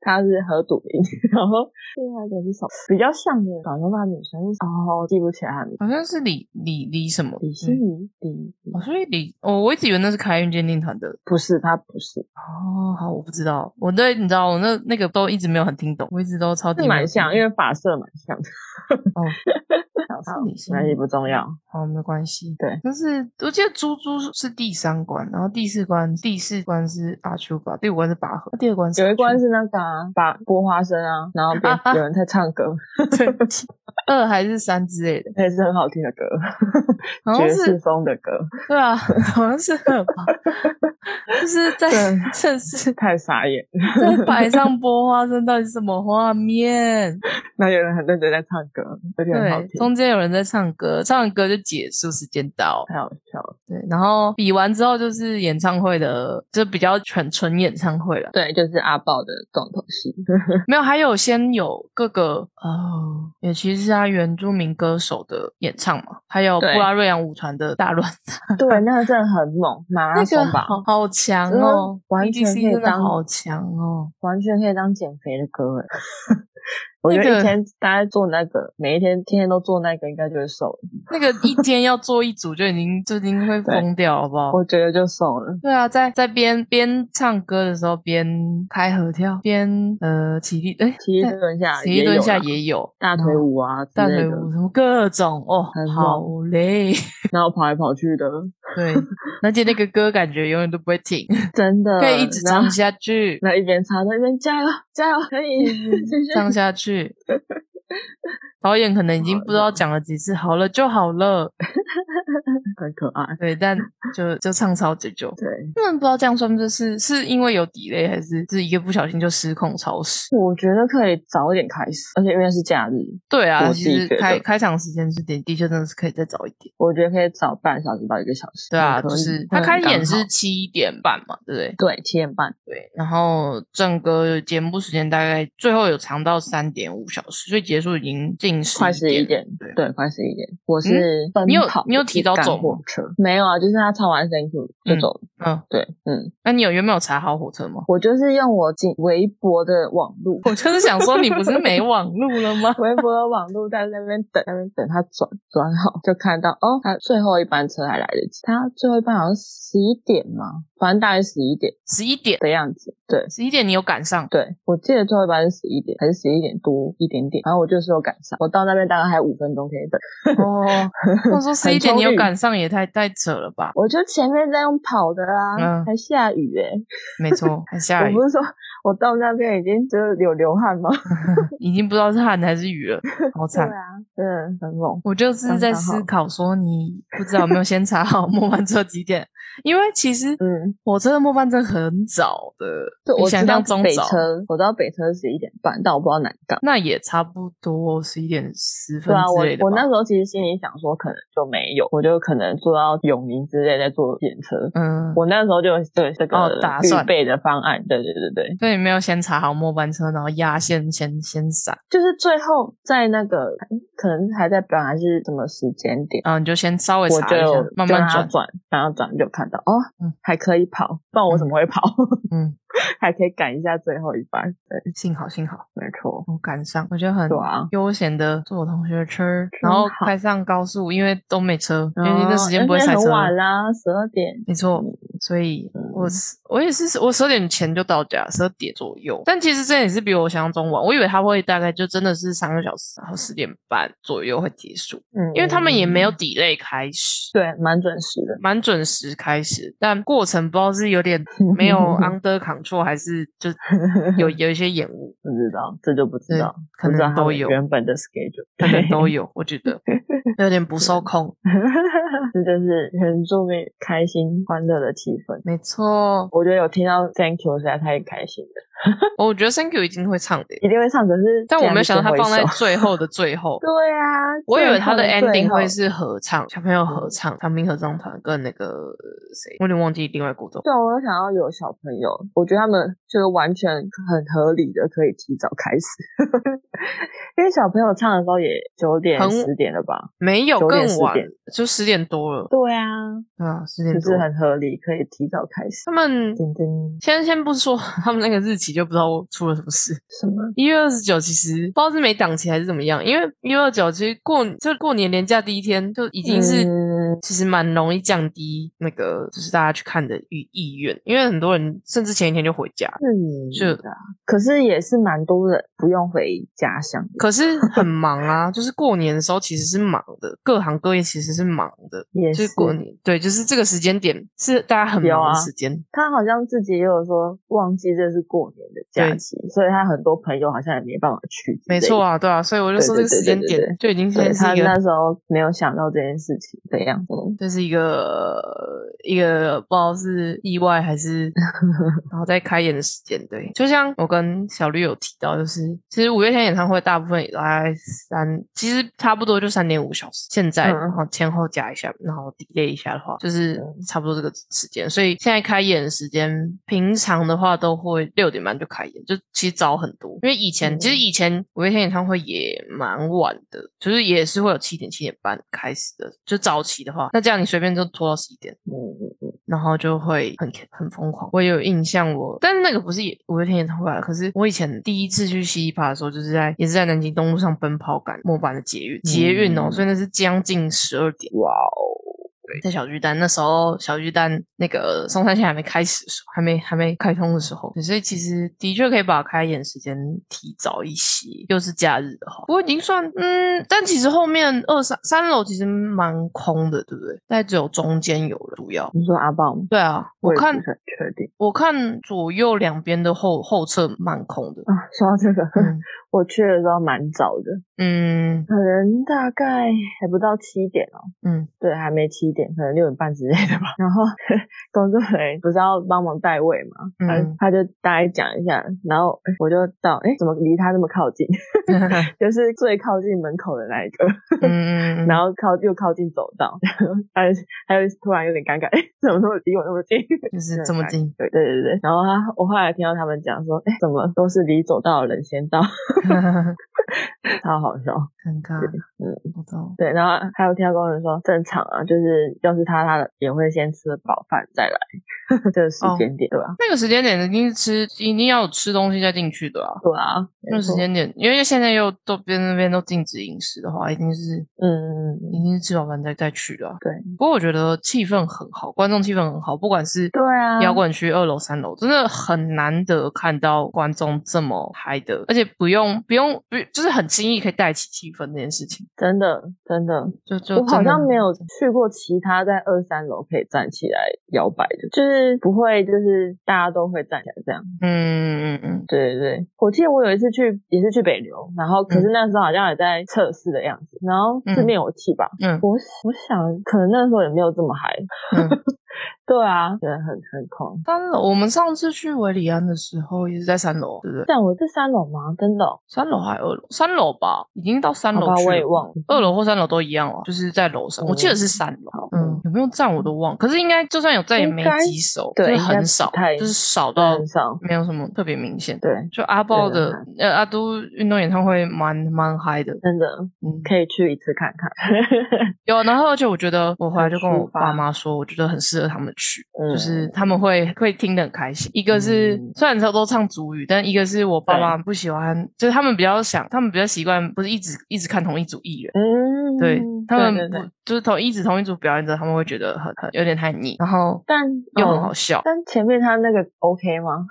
[SPEAKER 2] 她是何笃明， 然后另外一个是什么？比较像的短头发女生是什么哦，记不起来她的名字。
[SPEAKER 1] 好像是李李李什么？嗯
[SPEAKER 2] 李心怡，李
[SPEAKER 1] 哦，所以李，哦，我一直以为那是开运鉴定团的。
[SPEAKER 2] 不是，她不是，
[SPEAKER 1] 哦，好，我不知道，我对你知道，我那那个都一直没有很听懂，我一直都超级
[SPEAKER 2] 是
[SPEAKER 1] 没有
[SPEAKER 2] 蛮
[SPEAKER 1] 听
[SPEAKER 2] 像，
[SPEAKER 1] 懂
[SPEAKER 2] 因为发色蛮像的。
[SPEAKER 1] 哦，
[SPEAKER 2] 好
[SPEAKER 1] 是李心怡
[SPEAKER 2] 那也不重要。
[SPEAKER 1] 好，没关系。
[SPEAKER 2] 对，
[SPEAKER 1] 但是我记得猪猪是第三关，然后第四关，第四关是阿丘吧，第五关是拔河，第二关是
[SPEAKER 2] 有一
[SPEAKER 1] 阿
[SPEAKER 2] 关
[SPEAKER 1] 丘
[SPEAKER 2] 是那个啊，把剥花生啊，然后边
[SPEAKER 1] 啊啊
[SPEAKER 2] 有人在唱歌，
[SPEAKER 1] 对 二还是三之类的，
[SPEAKER 2] 那也是很好听的歌，
[SPEAKER 1] 好像
[SPEAKER 2] 爵
[SPEAKER 1] 是
[SPEAKER 2] 士风的歌，
[SPEAKER 1] 对啊，好像是二吧， 就是在
[SPEAKER 2] 对
[SPEAKER 1] 这是
[SPEAKER 2] 太傻眼。
[SPEAKER 1] 在摆上播花生到底是什么画面？
[SPEAKER 2] 那有人很认真在唱歌，而且很好
[SPEAKER 1] 对，
[SPEAKER 2] 听，
[SPEAKER 1] 中间有人在唱歌，唱完歌就结束，时间到。
[SPEAKER 2] 太好笑了。
[SPEAKER 1] 对，然后比完之后就是演唱会的，就比较纯纯演唱会了。
[SPEAKER 2] 对，就是阿豹的重头戏。
[SPEAKER 1] 没有，还有先有各个哦，也其实是他原住民歌手的演唱嘛，还有布
[SPEAKER 2] 对
[SPEAKER 1] 拉瑞扬舞团的大乱 斗，
[SPEAKER 2] 对，那个真的很猛，马拉
[SPEAKER 1] 那个
[SPEAKER 2] 松吧，
[SPEAKER 1] 好好强
[SPEAKER 2] 真的
[SPEAKER 1] 哦
[SPEAKER 2] 完全可
[SPEAKER 1] EDC
[SPEAKER 2] 以
[SPEAKER 1] 真的
[SPEAKER 2] 当
[SPEAKER 1] 好强哦。
[SPEAKER 2] 完全可以当减肥的歌哎。 我
[SPEAKER 1] 那
[SPEAKER 2] 觉得
[SPEAKER 1] 个
[SPEAKER 2] 一天大家做那个，每一天天天都做那个，应该就会瘦了。
[SPEAKER 1] 那个一天要做一组就已经就已经会
[SPEAKER 2] 对
[SPEAKER 1] 疯掉，好不好？
[SPEAKER 2] 我觉得就瘦了。
[SPEAKER 1] 对啊，在在边边唱歌的时候边开合跳，边呃起立，哎，
[SPEAKER 2] 起立
[SPEAKER 1] 但
[SPEAKER 2] 蹲下
[SPEAKER 1] 起立
[SPEAKER 2] 也
[SPEAKER 1] 蹲
[SPEAKER 2] 有
[SPEAKER 1] 下
[SPEAKER 2] 啦
[SPEAKER 1] 也有
[SPEAKER 2] 大腿、
[SPEAKER 1] 然后
[SPEAKER 2] 舞啊之
[SPEAKER 1] 大
[SPEAKER 2] 类
[SPEAKER 1] 腿
[SPEAKER 2] 的，
[SPEAKER 1] 舞什么各种哦
[SPEAKER 2] 很，
[SPEAKER 1] 好
[SPEAKER 2] 猛
[SPEAKER 1] 累。
[SPEAKER 2] 然后跑来跑去的，
[SPEAKER 1] 对，而且那个歌感觉永远都不会停，
[SPEAKER 2] 真的
[SPEAKER 1] 可以一直
[SPEAKER 2] 然后
[SPEAKER 1] 唱下去，
[SPEAKER 2] 然后一边唱一边加油加油，可以 继续
[SPEAKER 1] 唱下去。导演可能已经不知道讲了几次，好了就好了。
[SPEAKER 2] 很可爱。
[SPEAKER 1] 对，但就就唱超级久。
[SPEAKER 2] 对，
[SPEAKER 1] 那不知道这样算不是是因为有 delay，还是是一个不小心就失控超时？
[SPEAKER 2] 我觉得可以早一点开始，而且因为是假日，
[SPEAKER 1] 对啊，
[SPEAKER 2] 我
[SPEAKER 1] 其
[SPEAKER 2] 自己
[SPEAKER 1] 实
[SPEAKER 2] 觉得
[SPEAKER 1] 开开场时间是点的确真的是可以再早一点。
[SPEAKER 2] 我觉得可以早半小时到一个小时。
[SPEAKER 1] 对啊，
[SPEAKER 2] 也嗯可
[SPEAKER 1] 就
[SPEAKER 2] 以
[SPEAKER 1] 是他开演
[SPEAKER 2] 嗯
[SPEAKER 1] 是
[SPEAKER 2] 刚好
[SPEAKER 1] 七点半嘛，对不对？
[SPEAKER 2] 对七点半，
[SPEAKER 1] 对，然后整个节目时间大概最后有长到三点五小时，所以结束已经近十
[SPEAKER 2] 快十一
[SPEAKER 1] 点
[SPEAKER 2] 点。，
[SPEAKER 1] 对，嗯
[SPEAKER 2] 对，快十一点。我是奔
[SPEAKER 1] 你有
[SPEAKER 2] 跑
[SPEAKER 1] 你有
[SPEAKER 2] 去
[SPEAKER 1] 提早
[SPEAKER 2] 赶
[SPEAKER 1] 走吗
[SPEAKER 2] 火车？没有啊，就是他唱完 Thank you 就
[SPEAKER 1] 嗯
[SPEAKER 2] 走了。
[SPEAKER 1] 嗯，
[SPEAKER 2] 对，嗯，
[SPEAKER 1] 那你有原本有查好火车吗？
[SPEAKER 2] 我就是用我仅微薄的网路，？
[SPEAKER 1] 我就是想说，你不是没网路了吗
[SPEAKER 2] 微博的网络在那边等，那边等他转转好，就看到哦，他最后一班车还来得及，他最后一班好像十一点嘛，反正大概十一点
[SPEAKER 1] 十一点，
[SPEAKER 2] 的样子。对
[SPEAKER 1] 十一点你有赶上？
[SPEAKER 2] 对，我记得最后一班是十一点还是十一点多一点点，反正我就是有赶上，我到那边大概还有五分钟可以等。
[SPEAKER 1] 哦，我说十一点
[SPEAKER 2] 很
[SPEAKER 1] 你有
[SPEAKER 2] 充裕
[SPEAKER 1] 赶上也太太扯了吧？
[SPEAKER 2] 我就前面在用跑的啊，
[SPEAKER 1] 嗯
[SPEAKER 2] 还下雨诶、
[SPEAKER 1] 没错，还下
[SPEAKER 2] 我
[SPEAKER 1] 雨
[SPEAKER 2] 不，是说我到那边已经就是有流汗吗？
[SPEAKER 1] 已经不知道是汗还是雨了，好
[SPEAKER 2] 对
[SPEAKER 1] 惨。
[SPEAKER 2] 啊，真的很猛。
[SPEAKER 1] 我就是
[SPEAKER 2] 刚
[SPEAKER 1] 在
[SPEAKER 2] 刚好
[SPEAKER 1] 思考说，你不知道有没有先查好末班车几点？因为其实
[SPEAKER 2] 嗯，
[SPEAKER 1] 火车的末班车很早的，
[SPEAKER 2] 对，
[SPEAKER 1] 比
[SPEAKER 2] 我
[SPEAKER 1] 想
[SPEAKER 2] 知道
[SPEAKER 1] 象中
[SPEAKER 2] 北
[SPEAKER 1] 早，
[SPEAKER 2] 车，我知道北车十一点半，但我不知道南港。
[SPEAKER 1] 那也差不多十一点十
[SPEAKER 2] 对
[SPEAKER 1] 分
[SPEAKER 2] 啊，我
[SPEAKER 1] 之类的
[SPEAKER 2] 我
[SPEAKER 1] 吧。
[SPEAKER 2] 那时候其实心里想说，可能就没有，我就可能坐到永宁之类再坐电车。
[SPEAKER 1] 嗯，
[SPEAKER 2] 我那时候就有对这
[SPEAKER 1] 哦
[SPEAKER 2] 个
[SPEAKER 1] 打算
[SPEAKER 2] 预备的方案，对对对对，
[SPEAKER 1] 所以没有先查好末班车，然后压线先先闪，
[SPEAKER 2] 就是最后在那个诶可能还在表还是什么时间点，
[SPEAKER 1] 然啊后你就先稍微
[SPEAKER 2] 我
[SPEAKER 1] 查
[SPEAKER 2] 就
[SPEAKER 1] 一下，慢
[SPEAKER 2] 就
[SPEAKER 1] 慢
[SPEAKER 2] 让它
[SPEAKER 1] 转。
[SPEAKER 2] 转，然后转就看到哦
[SPEAKER 1] 嗯，
[SPEAKER 2] 还可以跑，不然我怎么会跑？
[SPEAKER 1] 嗯，
[SPEAKER 2] 还可以赶一下最后一班，对，
[SPEAKER 1] 幸好幸好
[SPEAKER 2] 没错，
[SPEAKER 1] 我赶上，我就很
[SPEAKER 2] 对啊。
[SPEAKER 1] 悠闲的坐我同学的车，
[SPEAKER 2] 真
[SPEAKER 1] 然后
[SPEAKER 2] 好
[SPEAKER 1] 开上高速，因为都没车，因为那
[SPEAKER 2] 哦
[SPEAKER 1] 时间
[SPEAKER 2] 那
[SPEAKER 1] 不会
[SPEAKER 2] 现
[SPEAKER 1] 塞
[SPEAKER 2] 在
[SPEAKER 1] 车
[SPEAKER 2] 很
[SPEAKER 1] 了。
[SPEAKER 2] 晚啦，十二点。
[SPEAKER 1] 没错，所以我
[SPEAKER 2] 嗯
[SPEAKER 1] 是我也是我十二点前就到家，十二点左右。但其实这也是比我想象中晚，我以为他会大概就真的是三个小时，然后十点半左右会结束，
[SPEAKER 2] 嗯，
[SPEAKER 1] 因为他们也没有
[SPEAKER 2] 嗯
[SPEAKER 1] delay 开始，
[SPEAKER 2] 对，蛮准时的。
[SPEAKER 1] 蛮准时开始，但过程不知道是有 点没有 under control 还是就有有一些延 误，
[SPEAKER 2] 不知道，这就不知
[SPEAKER 1] 对
[SPEAKER 2] 道，
[SPEAKER 1] 可
[SPEAKER 2] 不知道
[SPEAKER 1] 能
[SPEAKER 2] 他
[SPEAKER 1] 都
[SPEAKER 2] 们
[SPEAKER 1] 有，
[SPEAKER 2] 原本的 schedule，
[SPEAKER 1] 可能都有，我觉 得有点不受控。
[SPEAKER 2] 这就是原住民开心欢乐的气氛。
[SPEAKER 1] 没错，哦
[SPEAKER 2] 我觉得有听到 Thank you 实在太开心了，
[SPEAKER 1] 我觉得 Thank you 一定会唱的，
[SPEAKER 2] 一定会唱，可是
[SPEAKER 1] 但我没有想到他
[SPEAKER 2] 竟然是
[SPEAKER 1] 放在
[SPEAKER 2] 最后
[SPEAKER 1] 最后
[SPEAKER 2] 一首
[SPEAKER 1] 的最后。
[SPEAKER 2] 对啊，
[SPEAKER 1] 我以为
[SPEAKER 2] 最
[SPEAKER 1] 他
[SPEAKER 2] 后
[SPEAKER 1] 的
[SPEAKER 2] 的
[SPEAKER 1] ending
[SPEAKER 2] 最后嗯
[SPEAKER 1] 会是合唱，小朋友合唱，长滨合唱团跟那个呃谁，我有点忘记另外古董。
[SPEAKER 2] 对，啊我有想要有小朋友，我觉得他们就是完全很合理的，可以提早开始， 因为小朋友唱的时候也九点
[SPEAKER 1] 很
[SPEAKER 2] 十点了吧？
[SPEAKER 1] 没有
[SPEAKER 2] 九
[SPEAKER 1] 更
[SPEAKER 2] 点十
[SPEAKER 1] 晚
[SPEAKER 2] 点，
[SPEAKER 1] 就十点多了。
[SPEAKER 2] 对啊，
[SPEAKER 1] 对啊，十点
[SPEAKER 2] 就
[SPEAKER 1] 多
[SPEAKER 2] 是。很合理，可以提早开始
[SPEAKER 1] 他。们
[SPEAKER 2] 叮叮，
[SPEAKER 1] 先先不说他们那个日期，就不知道出了什么事。
[SPEAKER 2] 什么？
[SPEAKER 1] 一月二十九其实不知道是没档期还是怎么样，因为一月二十九其实过就过年年假第一天就已经是、
[SPEAKER 2] 嗯
[SPEAKER 1] 其实蛮容易降低那个就是大家去看的意意愿，因为很多人甚至前一天就回家了。
[SPEAKER 2] 是
[SPEAKER 1] 就
[SPEAKER 2] 的，可是也是蛮多人不用回家乡的，
[SPEAKER 1] 可是 很忙啊，就是过年的时候其实是忙的，各行各业其实是忙的，
[SPEAKER 2] 也
[SPEAKER 1] 就是是过年对，就是这个时间点是大家很
[SPEAKER 2] 有
[SPEAKER 1] 忙的
[SPEAKER 2] 啊
[SPEAKER 1] 时间，
[SPEAKER 2] 他好像自己也有说忘记这是过年的假
[SPEAKER 1] 对
[SPEAKER 2] 期，所以他很多朋友好像也没办法去。
[SPEAKER 1] 没错，啊，对啊，所以我就说这
[SPEAKER 2] 对
[SPEAKER 1] 个
[SPEAKER 2] 对对
[SPEAKER 1] 时间
[SPEAKER 2] 对对
[SPEAKER 1] 点就已经
[SPEAKER 2] 对
[SPEAKER 1] 先是
[SPEAKER 2] 他
[SPEAKER 1] 一个
[SPEAKER 2] 那，时候没有想到这件事情的样子。
[SPEAKER 1] 这是一个一个不知道是意外还是，然后再开演的时间，对，就像我跟小绿有提到，就是其实五月天演唱会大部分也大概三，其实差不多就三点五小时，现在、
[SPEAKER 2] 嗯
[SPEAKER 1] 然后前后加一下，然后 delay 一下的话，就是
[SPEAKER 2] 嗯
[SPEAKER 1] 差不多这个时间。所以现在开演的时间，平常的话都会六点半就开演，就其实早很多。因为以前、
[SPEAKER 2] 嗯
[SPEAKER 1] 其实以前五月天演唱会也蛮晚的，就是也是会有七点七点半开始的，就早期的话，那这样你随便就拖到十一点，
[SPEAKER 2] 嗯嗯嗯，
[SPEAKER 1] 然后就会很很疯狂。我也有印象我，但是那个不是也五月天演唱会啊，可是我以前第一次去西帕的时候，就是在也是在南京东路上奔跑赶末班的捷运，捷运哦，
[SPEAKER 2] 嗯
[SPEAKER 1] 所以那是将近十二点。
[SPEAKER 2] 哇哦，
[SPEAKER 1] 对，在小巨蛋那时候，小巨蛋那个松山线还没开始的时候，还没还没开通的时候，对所以其实的确可以把开演时间提早一些，又是假日的话，不过已经算嗯，但其实后面二三三楼其实蛮空的，对不对？但只有中间有人主要。
[SPEAKER 2] 你说阿豹吗？
[SPEAKER 1] 对啊，我
[SPEAKER 2] 也
[SPEAKER 1] 看
[SPEAKER 2] 不是很确定。
[SPEAKER 1] 我看左右两边的后后侧蛮空的
[SPEAKER 2] 啊。说到这个，
[SPEAKER 1] 嗯
[SPEAKER 2] 我去的时候蛮早的，
[SPEAKER 1] 嗯
[SPEAKER 2] 可能大概还不到七点哦。
[SPEAKER 1] 嗯，
[SPEAKER 2] 对，还没七点，可能六点半之类的吧。然后 工作人员不是要帮忙代位嘛，他、
[SPEAKER 1] 嗯
[SPEAKER 2] 他就大概讲一下，然后哎我就到，哎，怎么离他那么靠近？ 就是最靠近门口的那一个，
[SPEAKER 1] 嗯，
[SPEAKER 2] 然
[SPEAKER 1] 后
[SPEAKER 2] 后靠又靠近走道， 然后他就他就突然有点尴尬， 哎，怎么那么离我那么近？，
[SPEAKER 1] 嗯就是这么近
[SPEAKER 2] 对哎对对对，然后他我后来听到他们讲说，哎，怎么都是离走道的人先到，
[SPEAKER 1] 尴
[SPEAKER 2] 超好笑。
[SPEAKER 1] 尬。
[SPEAKER 2] 嗯，
[SPEAKER 1] 我懂。
[SPEAKER 2] 对，然后还有听到工人说，正常啊，就是要是他，他也会先吃饱饭再来 这个时
[SPEAKER 1] 哦
[SPEAKER 2] 间点，对吧？
[SPEAKER 1] 那个时间点一定吃，一定要有吃东西再进去的啊。
[SPEAKER 2] 对啊，
[SPEAKER 1] 那
[SPEAKER 2] 没
[SPEAKER 1] 个
[SPEAKER 2] 错
[SPEAKER 1] 时，间点，因为现在又都边那边都禁止饮食的话，一定是
[SPEAKER 2] 嗯嗯嗯，
[SPEAKER 1] 一定是吃饱饭再再去的啊、
[SPEAKER 2] 对
[SPEAKER 1] 不过我觉得气氛很好，观众气氛很好，不管是
[SPEAKER 2] 对啊，
[SPEAKER 1] 摇滚区二楼、三楼，真的很难得看到观众这么嗨的，而且不用不用不就是很轻易可以带起气氛这件事情，
[SPEAKER 2] 真的真的，
[SPEAKER 1] 就就
[SPEAKER 2] 我好
[SPEAKER 1] 真的
[SPEAKER 2] 像没有去过其他在二三楼可以站起来摇摆的，就是不会就是大家都会站起来这样。
[SPEAKER 1] 嗯嗯嗯
[SPEAKER 2] 对对对，我记得我有一次去也是去北流，然后可是那时候好像也在测试的样子，然后
[SPEAKER 1] 嗯
[SPEAKER 2] 自灭火器吧，
[SPEAKER 1] 嗯
[SPEAKER 2] 我我想可能那时候也没有这么嗨，
[SPEAKER 1] 嗯 嗯，
[SPEAKER 2] 对啊，觉得很很空。
[SPEAKER 1] 三楼我们上次去维里安的时候也是在三楼，对不对？
[SPEAKER 2] 但我是三楼吗？真的哦、
[SPEAKER 1] 三楼还是二楼？三楼吧，已经到三
[SPEAKER 2] 好
[SPEAKER 1] 楼
[SPEAKER 2] 吧，
[SPEAKER 1] 去
[SPEAKER 2] 我也
[SPEAKER 1] 了
[SPEAKER 2] 忘了。哦
[SPEAKER 1] 二楼或三楼都一样了，啊就是在楼上。我记得是三
[SPEAKER 2] 好
[SPEAKER 1] 楼，嗯，有没有站我都忘了，可是应该就算有站也没
[SPEAKER 2] 应该
[SPEAKER 1] 几手，
[SPEAKER 2] 对
[SPEAKER 1] 就是
[SPEAKER 2] 应该
[SPEAKER 1] 很
[SPEAKER 2] 不
[SPEAKER 1] 少，
[SPEAKER 2] 太
[SPEAKER 1] 就是少到
[SPEAKER 2] 站上
[SPEAKER 1] 没有什么特别明显。
[SPEAKER 2] 对，
[SPEAKER 1] 就阿豹
[SPEAKER 2] 对
[SPEAKER 1] 的呃阿都运动演唱会蛮蛮嗨的，
[SPEAKER 2] 真的
[SPEAKER 1] 嗯，
[SPEAKER 2] 可以去一次看看。
[SPEAKER 1] 有。然后而且我觉得我回来就跟
[SPEAKER 2] 很
[SPEAKER 1] 我
[SPEAKER 2] 抒发
[SPEAKER 1] 爸妈说，我觉得很适合他们去，
[SPEAKER 2] 嗯
[SPEAKER 1] 就是他们会会听得很开心。一个是
[SPEAKER 2] 嗯
[SPEAKER 1] 虽然说都唱主语，但一个是我爸妈不喜欢，就是他们比较想，他们比较习惯不是一直一直看同一组艺人。
[SPEAKER 2] 嗯，
[SPEAKER 1] 对他们不
[SPEAKER 2] 对对对
[SPEAKER 1] 就是同一直同一组表演者，他们会觉得很很有点太腻，然后
[SPEAKER 2] 但
[SPEAKER 1] 又很
[SPEAKER 2] 嗯
[SPEAKER 1] 好笑。
[SPEAKER 2] 但前面他那个 OK 吗？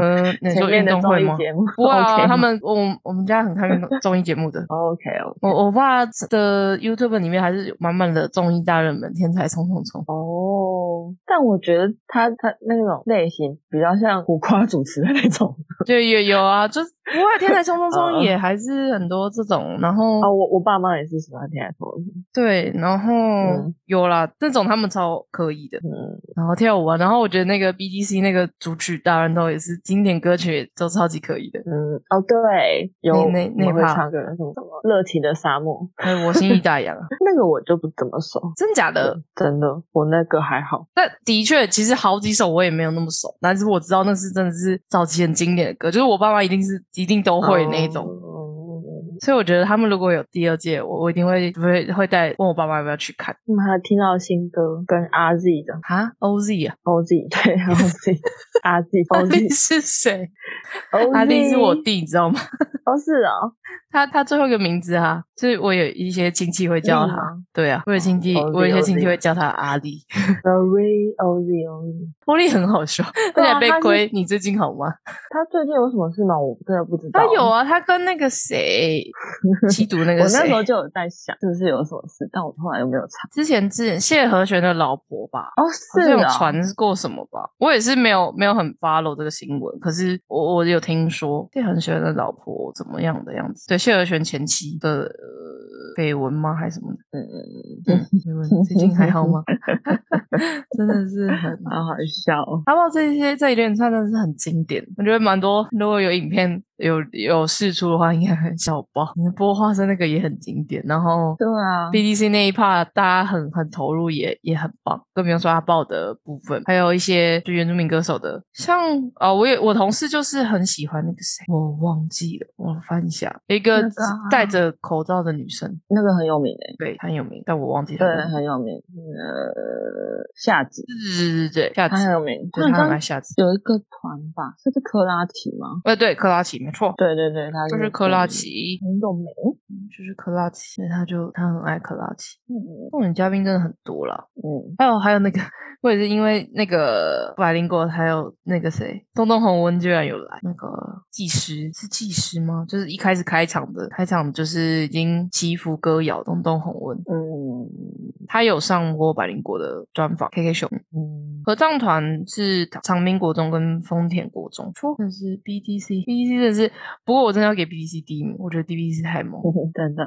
[SPEAKER 1] 嗯，你
[SPEAKER 2] 前
[SPEAKER 1] 说
[SPEAKER 2] 面
[SPEAKER 1] 运
[SPEAKER 2] 的
[SPEAKER 1] 动
[SPEAKER 2] 综
[SPEAKER 1] 会
[SPEAKER 2] 艺
[SPEAKER 1] 吗？
[SPEAKER 2] 节目
[SPEAKER 1] 不会啊
[SPEAKER 2] OK 吗哦
[SPEAKER 1] 他们我我们家很看运动综艺节目的。
[SPEAKER 2] OK OK
[SPEAKER 1] 我我爸的 YouTube 里面还是有满满的综艺大热门，天才冲冲 冲。
[SPEAKER 2] 哦，但我觉得他他那种类型比较像苦瓜主持的那种。
[SPEAKER 1] 就有有啊，就是不会天才冲冲
[SPEAKER 2] 哦
[SPEAKER 1] 冲
[SPEAKER 2] 哦
[SPEAKER 1] 也还是很多这种，然后、
[SPEAKER 2] 哦，我我爸妈也是喜欢听来说，
[SPEAKER 1] 对，然后、
[SPEAKER 2] 嗯
[SPEAKER 1] 有啦，这种他们超可以的，
[SPEAKER 2] 嗯，
[SPEAKER 1] 然后跳舞啊，然后我觉得那个 BGC 那个主曲大乱斗也是经典歌曲，都超级可以的。
[SPEAKER 2] 嗯，哦，对，有
[SPEAKER 1] 那那那
[SPEAKER 2] 我会
[SPEAKER 1] 怕
[SPEAKER 2] 唱歌什么什么热情的沙漠，
[SPEAKER 1] 还有我心意大洋啊，
[SPEAKER 2] 那个我就不怎么熟，
[SPEAKER 1] 真假 的？
[SPEAKER 2] 真的，我那个还好。
[SPEAKER 1] 但的确，其实好几首我也没有那么熟，但是我知道那是真的是早期很经典的歌，就是我爸妈一定是一定都会那一
[SPEAKER 2] 嗯
[SPEAKER 1] 种。
[SPEAKER 2] 哦
[SPEAKER 1] 所以我觉得他们如果有第二届，我我一定会会会带问我爸妈要不要去看
[SPEAKER 2] 那么还嗯听到新歌跟 RZ 的
[SPEAKER 1] 啊？OZ 啊
[SPEAKER 2] OZ 对 RZ RZ
[SPEAKER 1] 阿力
[SPEAKER 2] OZ
[SPEAKER 1] 是谁？
[SPEAKER 2] OZ
[SPEAKER 1] 阿力是我弟，你知道吗？
[SPEAKER 2] 哦是哦，
[SPEAKER 1] 他他最后一个名字啊，就是我有一些亲戚会叫
[SPEAKER 2] 力
[SPEAKER 1] 他
[SPEAKER 2] 吗，
[SPEAKER 1] 对啊，我有亲戚，
[SPEAKER 2] 哦，Ozzy，
[SPEAKER 1] 我有一些亲戚
[SPEAKER 2] Ozzy
[SPEAKER 1] 会叫他阿力。
[SPEAKER 2] Sorry OZ OZ，
[SPEAKER 1] 欧力很好笑，而
[SPEAKER 2] 对
[SPEAKER 1] 且
[SPEAKER 2] 啊
[SPEAKER 1] 被
[SPEAKER 2] 他是
[SPEAKER 1] 亏。你最近好吗？
[SPEAKER 2] 他最近有什么事吗？我真的不知道。
[SPEAKER 1] 他有，啊，他跟那个谁 吸毒那
[SPEAKER 2] 我
[SPEAKER 1] 个谁
[SPEAKER 2] 那时，候就有在想是不是有什么事，但我后来又没有查。
[SPEAKER 1] 之前之前谢和弦的老婆吧。
[SPEAKER 2] 哦
[SPEAKER 1] 好
[SPEAKER 2] 是
[SPEAKER 1] 像有
[SPEAKER 2] 哦，
[SPEAKER 1] 传过什么吧，我也是没有没有很 follow 这个新闻，可是我我有听说谢和弦的老婆怎么样的样子，对谢和弦前妻的呃绯闻吗还是什么的？
[SPEAKER 2] 嗯嗯嗯，
[SPEAKER 1] 嗯，绯闻最近还好吗？ 真的是很
[SPEAKER 2] 好好笑哦。
[SPEAKER 1] 阿豹这些这一连串真的是很经典，我觉得蛮多。如果有影片有有试出的话，应该很笑爆。播花生那个也很经典，然后
[SPEAKER 2] 对啊，
[SPEAKER 1] BDC 那一 part 大家很很投入也，也很棒，更不用说阿豹的部分，还有一些就原住民歌手的，像啊、呃我也我同事就是很喜欢那个谁，我忘记了，我翻一下，一个
[SPEAKER 2] 那个啊
[SPEAKER 1] 戴着口罩的女生，
[SPEAKER 2] 那个很有名诶，
[SPEAKER 1] 对，她很有名，但我忘记她
[SPEAKER 2] 对
[SPEAKER 1] 的名，字。
[SPEAKER 2] 很有名。呃，夏子，
[SPEAKER 1] 对对对对，夏子
[SPEAKER 2] 他，很有名。
[SPEAKER 1] 对，她
[SPEAKER 2] 刚
[SPEAKER 1] 很爱夏子，
[SPEAKER 2] 有一个团吧，是是科拉奇吗？
[SPEAKER 1] 呃，对，克拉奇，没错，
[SPEAKER 2] 对对对，他
[SPEAKER 1] 就是是克拉
[SPEAKER 2] 嗯
[SPEAKER 1] 奇，
[SPEAKER 2] 很有名。
[SPEAKER 1] 嗯就是克拉奇，所以他就他很爱克拉奇。那我们嘉宾真的很多啦，
[SPEAKER 2] 嗯，
[SPEAKER 1] 还有还有那个，我也是因为那个百灵果，还有那个谁，东东洪温居然有来，那个技师是技师吗？就是一开始开场的开场就是已经祈福歌谣，东东洪温
[SPEAKER 2] 嗯
[SPEAKER 1] 他有上过百灵果的专访，K K 熊。
[SPEAKER 2] 嗯
[SPEAKER 1] 合唱团是长滨国中跟丰田国中，错，但是 B T C B T C 真的是，不过我真的要给 B T C 第一名，我觉得 B T C 太猛了。
[SPEAKER 2] 嗯，等等，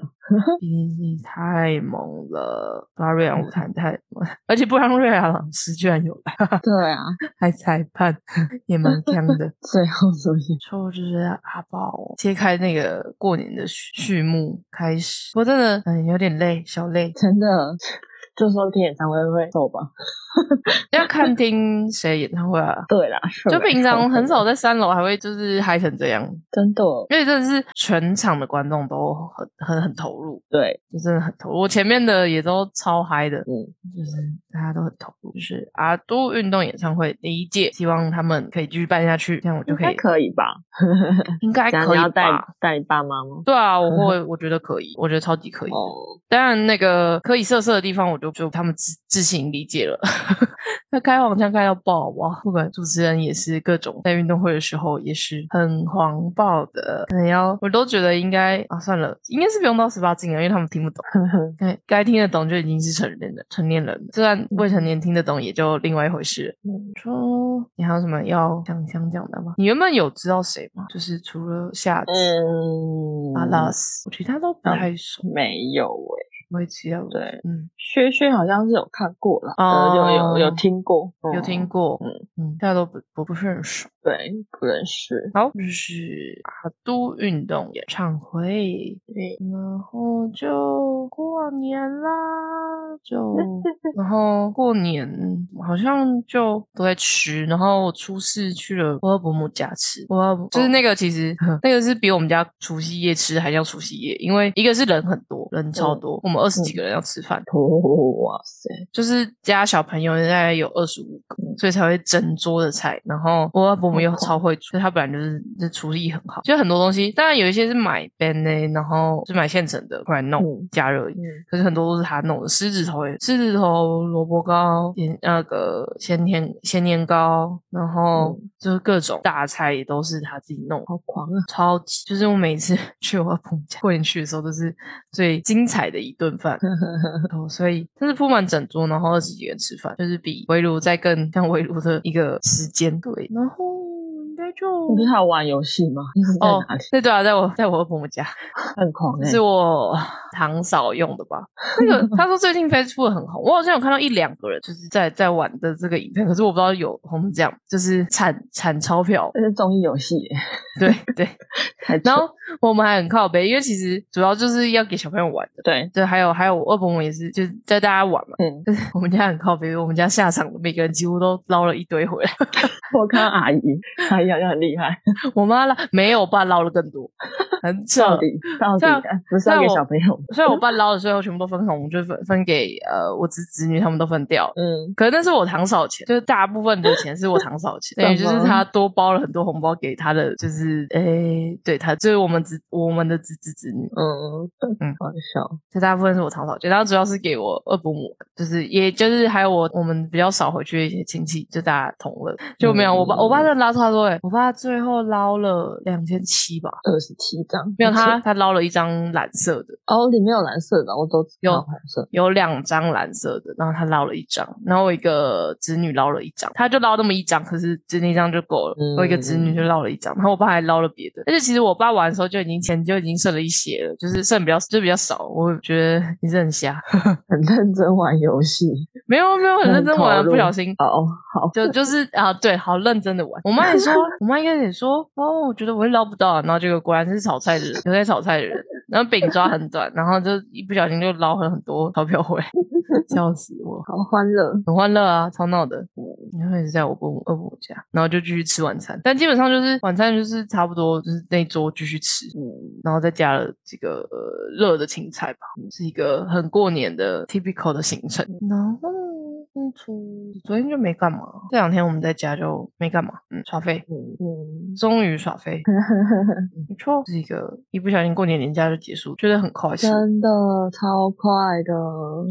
[SPEAKER 1] 毕竟是太猛了，布拉瑞昂舞台太 猛，而且布拉瑞昂老师居然有来，
[SPEAKER 2] 对啊，
[SPEAKER 1] 还裁判， 也蛮强 的。
[SPEAKER 2] 最后怎么样？
[SPEAKER 1] 之后就是阿宝揭开那个过年的序序幕开始，我真的嗯有点累，小累。
[SPEAKER 2] 真的，就说听演唱会会瘦吧？
[SPEAKER 1] 要看 听谁演唱会啊？
[SPEAKER 2] 对啦，是
[SPEAKER 1] 就
[SPEAKER 2] 没
[SPEAKER 1] 平常
[SPEAKER 2] 错
[SPEAKER 1] 很少在三楼还会就是嗨成这样，
[SPEAKER 2] 真的，
[SPEAKER 1] 因为真的是全场的观众都很很很投入，
[SPEAKER 2] 对，
[SPEAKER 1] 就真的很投入。我前面的也都超嗨的，
[SPEAKER 2] 嗯，
[SPEAKER 1] 就是大家都很投入，就是阿都运动演唱会第一届，希望他们可以继续办下去，这样我就嗯
[SPEAKER 2] 应
[SPEAKER 1] 可
[SPEAKER 2] 该
[SPEAKER 1] 以，
[SPEAKER 2] 可以吧？
[SPEAKER 1] 应该
[SPEAKER 2] 等下
[SPEAKER 1] 可
[SPEAKER 2] 你
[SPEAKER 1] 以
[SPEAKER 2] 要带
[SPEAKER 1] 吧？
[SPEAKER 2] 带你爸妈吗？
[SPEAKER 1] 对啊，我会，我觉得可以，我觉得超级可以的。
[SPEAKER 2] 哦，
[SPEAKER 1] 当然，那个可以色色的地方，我就就他们自自行理解了。 那开黄腔开到爆哇！不管主持人也是各种在运动会的时候也是很黄暴的，可能要我都觉得应该啊，算了，应该是不用到十八禁了，因为他们听不懂。该该听得懂就已经是成人了，成年人了。虽然未成年听得懂也就另外一回事了。
[SPEAKER 2] 嗯
[SPEAKER 1] 说你还有什么要想想讲的吗？你原本有知道谁吗？就是除了夏子、
[SPEAKER 2] 嗯，
[SPEAKER 1] 阿拉斯，我其他都不太熟，
[SPEAKER 2] 没有诶、
[SPEAKER 1] 我也知道。
[SPEAKER 2] 对，
[SPEAKER 1] 嗯，
[SPEAKER 2] 薛薛好像是有看过啦，
[SPEAKER 1] 哦
[SPEAKER 2] 呃有有有听过，嗯
[SPEAKER 1] 有听，过，
[SPEAKER 2] 嗯
[SPEAKER 1] 嗯，大家都不我不是很熟。
[SPEAKER 2] 对，不认识，
[SPEAKER 1] 好，就是阿都运动演唱会，
[SPEAKER 2] 对，
[SPEAKER 1] 然后就过年啦，就然后过年好像就都在吃，然后我初四去了我伯母家吃，我伯母就是那个其实那个是比我们家除夕夜吃还像除夕夜，因为一个是人很多，人超多，我们二十几个人要吃饭，
[SPEAKER 2] 哦，哇塞，
[SPEAKER 1] 就是加小朋友大概有二十五个，所以才会整桌的菜。然后我伯母又超会煮，所以她本来就是就厨艺很好，就很多东西。当然有一些是买 b e n e 然后是买现成的过来弄、
[SPEAKER 2] 嗯
[SPEAKER 1] 加热而已。
[SPEAKER 2] 嗯
[SPEAKER 1] 可是很多都是他弄的，狮子头也、狮子头、萝卜糕、甜那个咸甜咸年糕，然后就是各种大菜也都是他自己弄的。
[SPEAKER 2] 好狂啊，
[SPEAKER 1] 超级，就是我每次 去我朋友家过年去的时候，都是最精彩的一顿饭。哦，所以它是铺满整桌，然后二十几个人吃饭，就是比围炉再更像围炉的一个时间。对，然后应该就
[SPEAKER 2] 你不是还有玩游戏吗？ 你是在
[SPEAKER 1] 哦
[SPEAKER 2] 哪里？，
[SPEAKER 1] 对对啊，在我在我朋友家，
[SPEAKER 2] 很狂哎、
[SPEAKER 1] 是我堂嫂用的吧？那个他说最近 Facebook 很红，我好像有看到一两个人就是在在玩的这个影片，可是我不知道有红成这样，就是产产钞票。
[SPEAKER 2] 这是综艺游戏耶，
[SPEAKER 1] 对对，
[SPEAKER 2] 太
[SPEAKER 1] 然
[SPEAKER 2] 扯
[SPEAKER 1] 后我们还很靠背，因为其实主要就是要给小朋友玩的。
[SPEAKER 2] 对，
[SPEAKER 1] 对，还有还有，我二伯母也是，就是在大家玩嘛。
[SPEAKER 2] 嗯，
[SPEAKER 1] 我们家很靠背，我们家下场每个人几乎都捞了一堆回来。
[SPEAKER 2] 我看到阿姨，阿姨好像很厉害，
[SPEAKER 1] 我妈捞没有，我爸捞了更多， 很扯。
[SPEAKER 2] 到底到底
[SPEAKER 1] 像
[SPEAKER 2] 不是要
[SPEAKER 1] 像
[SPEAKER 2] 给
[SPEAKER 1] 我
[SPEAKER 2] 小朋友吗？
[SPEAKER 1] 虽然我爸捞了，最后全部都分红，我就分分给呃我侄子女，他们都分掉了。
[SPEAKER 2] 嗯，
[SPEAKER 1] 可是那是我堂嫂钱，就是大部分的钱是我堂嫂 钱，等于就是他多包了很多红包给他的，就是诶、对他就是我们侄我们的侄子侄女，
[SPEAKER 2] 嗯
[SPEAKER 1] 嗯
[SPEAKER 2] 嗯，好笑，
[SPEAKER 1] 这大部分是我堂嫂姐，然后主要是给我二伯母，就是也就是还有我我们比较少回去的一些亲戚，就大家同了，就没有我爸，我
[SPEAKER 2] 嗯
[SPEAKER 1] 爸真的捞超多欸，我爸最后捞了两千七吧，
[SPEAKER 2] 二十七张，
[SPEAKER 1] 没有
[SPEAKER 2] 而且
[SPEAKER 1] 他他捞了一张蓝色的，
[SPEAKER 2] 哦，里面有蓝色的，我都知道
[SPEAKER 1] 有
[SPEAKER 2] 红色，
[SPEAKER 1] 有两张蓝色的，然后他捞了一张，然后我一个侄女捞了一张，他就捞那么一张，可是只那一张就够了。
[SPEAKER 2] 嗯
[SPEAKER 1] 我一个侄女就捞了一张，然后我爸还捞了别的。而且其实我爸玩的时候就已经钱就已经剩了一些了，就是剩比较就比较少。我觉得你是很瞎，
[SPEAKER 2] 很认真玩游戏。
[SPEAKER 1] 没有没有很认真玩，啊
[SPEAKER 2] 很投入
[SPEAKER 1] 不小心。
[SPEAKER 2] 哦，好，
[SPEAKER 1] 就就是啊，对，好认真的玩。我妈也说，我妈一开始也说，哦，我觉得我会捞不到啊，然后结果果然是炒菜的人，有在炒菜的人，然后饼抓很短，然后就一不小心就捞了很多钞票回来，笑死我。
[SPEAKER 2] 好欢乐。
[SPEAKER 1] 很欢乐啊，超闹的。然后也是在我伯母、二伯母家，然后就继续吃晚餐。但基本上就是晚餐就是差不多，就是那一桌继续吃，
[SPEAKER 2] 嗯，
[SPEAKER 1] 然后再加了这个嗯呃热的青菜吧，是一个很过年的 typical 的行程。然后
[SPEAKER 2] 嗯，出
[SPEAKER 1] 昨天就没干嘛，这两天我们在家就没干嘛，嗯，耍废，
[SPEAKER 2] 嗯嗯，
[SPEAKER 1] 终于耍废，没错，是一个一不小心过年年假就结束，觉得很快速，
[SPEAKER 2] 真的超快的，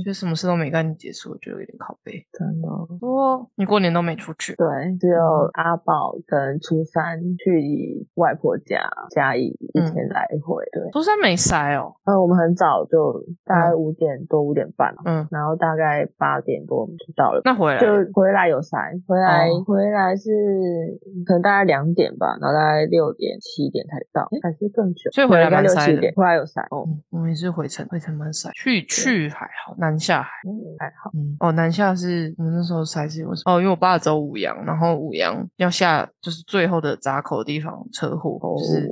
[SPEAKER 1] 觉得什么事都没干就结束，我觉得有点靠背。
[SPEAKER 2] 真的。
[SPEAKER 1] 不过你过年都没出去，
[SPEAKER 2] 对，只
[SPEAKER 1] 嗯
[SPEAKER 2] 有阿宝跟初三去外婆家嘉义一
[SPEAKER 1] 嗯
[SPEAKER 2] 天来回。对，
[SPEAKER 1] 初三没塞哦，
[SPEAKER 2] 呃，我们很早就大概五点多五点半嘛，
[SPEAKER 1] 嗯，
[SPEAKER 2] 然后大概八点多我们就到了。
[SPEAKER 1] 那回来了
[SPEAKER 2] 就回来有塞，回来、
[SPEAKER 1] 哎哦
[SPEAKER 2] 回来是可能大概两点吧，然后大概六点七点才到，诶还是更久，
[SPEAKER 1] 所以回来
[SPEAKER 2] 大
[SPEAKER 1] 蛮
[SPEAKER 2] 概六
[SPEAKER 1] 塞
[SPEAKER 2] 七
[SPEAKER 1] 的
[SPEAKER 2] 点，回来有塞，哦，
[SPEAKER 1] 嗯，我们也是回程，回程蛮塞，去去还好，南下还好。
[SPEAKER 2] 嗯，还好，
[SPEAKER 1] 嗯，哦，南下是我们那时候塞是为什么？哦，因为我爸走五羊，然后五羊要下就是最后的闸口的地方车祸，
[SPEAKER 2] 哦
[SPEAKER 1] 就是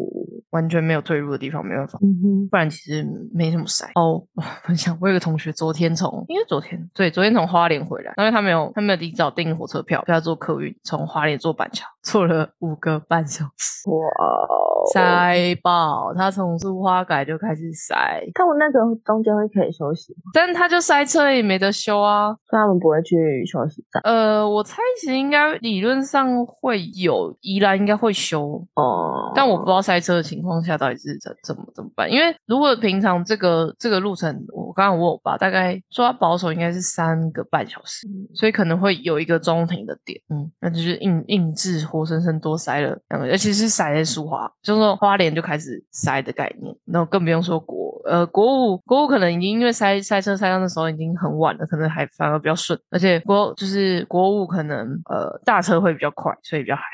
[SPEAKER 1] 完全没有退路的地方，没办法。
[SPEAKER 2] 嗯哼，
[SPEAKER 1] 不然其实没什么塞哦。我分享，我有个同学昨天从，应该昨天对，昨天从花莲回来，因为他没有他没有提早订火车票，所以他坐客运从花莲坐板桥，坐了五个半小时，
[SPEAKER 2] 哇哦，
[SPEAKER 1] 塞爆！他从苏花改就开始塞，
[SPEAKER 2] 他们那个中间会可以休息吗，
[SPEAKER 1] 但是他就塞车也没得修啊。
[SPEAKER 2] 所以他们不会去休息站。
[SPEAKER 1] 呃，我猜其实应该理论上会有，宜兰应该会修，
[SPEAKER 2] 哦，
[SPEAKER 1] 但我不知道塞车的情况下到底是怎怎么怎么办，因为如果平常这个这个路程，我刚刚问我爸，大概说他保守应该是三个半小时，所以可能会有一个中停的点，嗯，那就是硬硬质活生生多塞了两个，尤其是塞在苏花，就是说花莲就开始塞的概念，然后更不用说国呃国五国五可能已经因为塞塞车塞到那时候已经很晚了，可能还反而比较顺，而且国就是国五可能呃大车会比较快，所以比较还好。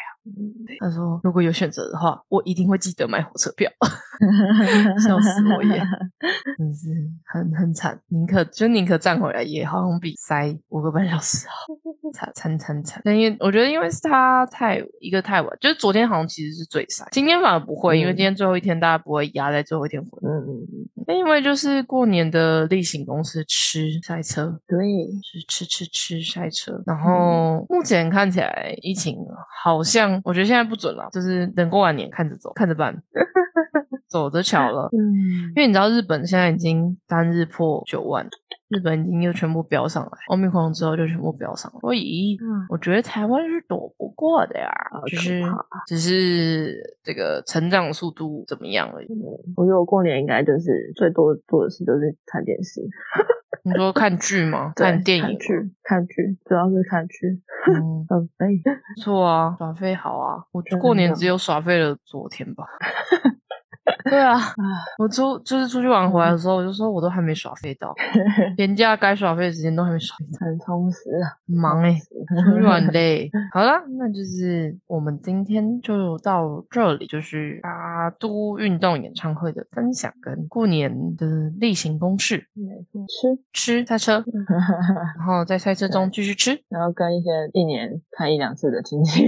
[SPEAKER 1] 他说：“如果有选择的话，我一定会记得买火车票。笑死我也真是很很惨，宁可就宁可站回来，也好像比塞五个半小时好，惨惨惨惨。但因为我觉得，因为是他太一个太晚，就是昨天好像其实是最塞，今天反而不会，因为
[SPEAKER 2] 嗯
[SPEAKER 1] 今天最后一天大家不会压在最后一天回来。
[SPEAKER 2] 嗯嗯，嗯
[SPEAKER 1] 那因为就是过年的例行公事吃塞车，
[SPEAKER 2] 对，
[SPEAKER 1] 是吃吃吃塞车，
[SPEAKER 2] 嗯
[SPEAKER 1] 然后目前看起来疫情好像，我觉得现在不准了，就是等过完年看着走，看着 办，走着瞧了。
[SPEAKER 2] 嗯
[SPEAKER 1] 因为你知道日本现在已经单日破九万，日本已经又全部飙上来，奥密克戎之后就全部飙上来，所以
[SPEAKER 2] 嗯
[SPEAKER 1] 我觉得台湾是躲不过的呀
[SPEAKER 2] 好，
[SPEAKER 1] 只
[SPEAKER 2] 可
[SPEAKER 1] 是
[SPEAKER 2] 怕
[SPEAKER 1] 只是这个成长速度怎么样而已。
[SPEAKER 2] 我觉得我过年应该就是最多做的事就是看电视、
[SPEAKER 1] 你 说看剧吗？
[SPEAKER 2] 对
[SPEAKER 1] 看电影
[SPEAKER 2] 看
[SPEAKER 1] 吗？
[SPEAKER 2] 剧、看剧，主要是看剧。
[SPEAKER 1] 嗯，
[SPEAKER 2] 嗯，哎，
[SPEAKER 1] 不错啊，耍废好啊！我
[SPEAKER 2] 真的
[SPEAKER 1] 过年只有耍废了昨天吧。 对啊，我出就是出去玩回来的时候，我就说我都还没耍废 到，年假该耍废的时间都还没耍废到，
[SPEAKER 2] 很充实啊，
[SPEAKER 1] 很忙哎、
[SPEAKER 2] 出
[SPEAKER 1] 出去 玩很累。好啦，那就是我们今天就到这里，就是阿都运动演唱会的分享跟过年的例行公事，
[SPEAKER 2] 没错，吃，
[SPEAKER 1] 吃赛车，然后在赛车中继续吃。
[SPEAKER 2] 然后跟一些一年看一两次的亲戚，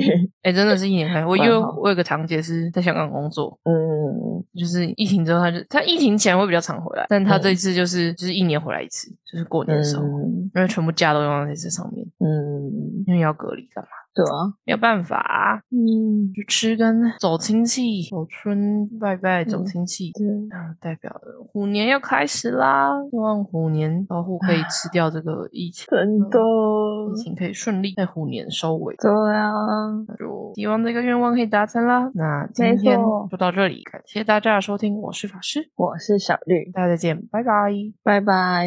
[SPEAKER 1] 哎、真的是一年 开，我因为
[SPEAKER 2] 蛮好
[SPEAKER 1] 我有个堂姐是在香港工作，
[SPEAKER 2] 嗯，
[SPEAKER 1] 就是疫情之后，他就他疫情前会比较常回来，但他这一次就是、就是一年回来一次，就是过年的时候，
[SPEAKER 2] 嗯
[SPEAKER 1] 因为全部假都用在这上面，
[SPEAKER 2] 嗯，
[SPEAKER 1] 因为要隔离干嘛？
[SPEAKER 2] 对啊，
[SPEAKER 1] 没有办法啊、
[SPEAKER 2] 嗯，
[SPEAKER 1] 就吃跟走亲戚、走春拜拜、走
[SPEAKER 2] 嗯
[SPEAKER 1] 亲戚。
[SPEAKER 2] 对，
[SPEAKER 1] 啊，代表了虎年要开始啦！希望虎年老虎可以吃掉这个疫情，
[SPEAKER 2] 真的，
[SPEAKER 1] 疫情可以顺利在虎年收尾。
[SPEAKER 2] 对啊，
[SPEAKER 1] 那就希望这个愿望可以达成啦。那今天
[SPEAKER 2] 错
[SPEAKER 1] 就到这里，感谢大家的收听，我是法师，
[SPEAKER 2] 我是小绿，
[SPEAKER 1] 大家再见，拜拜。
[SPEAKER 2] 拜拜。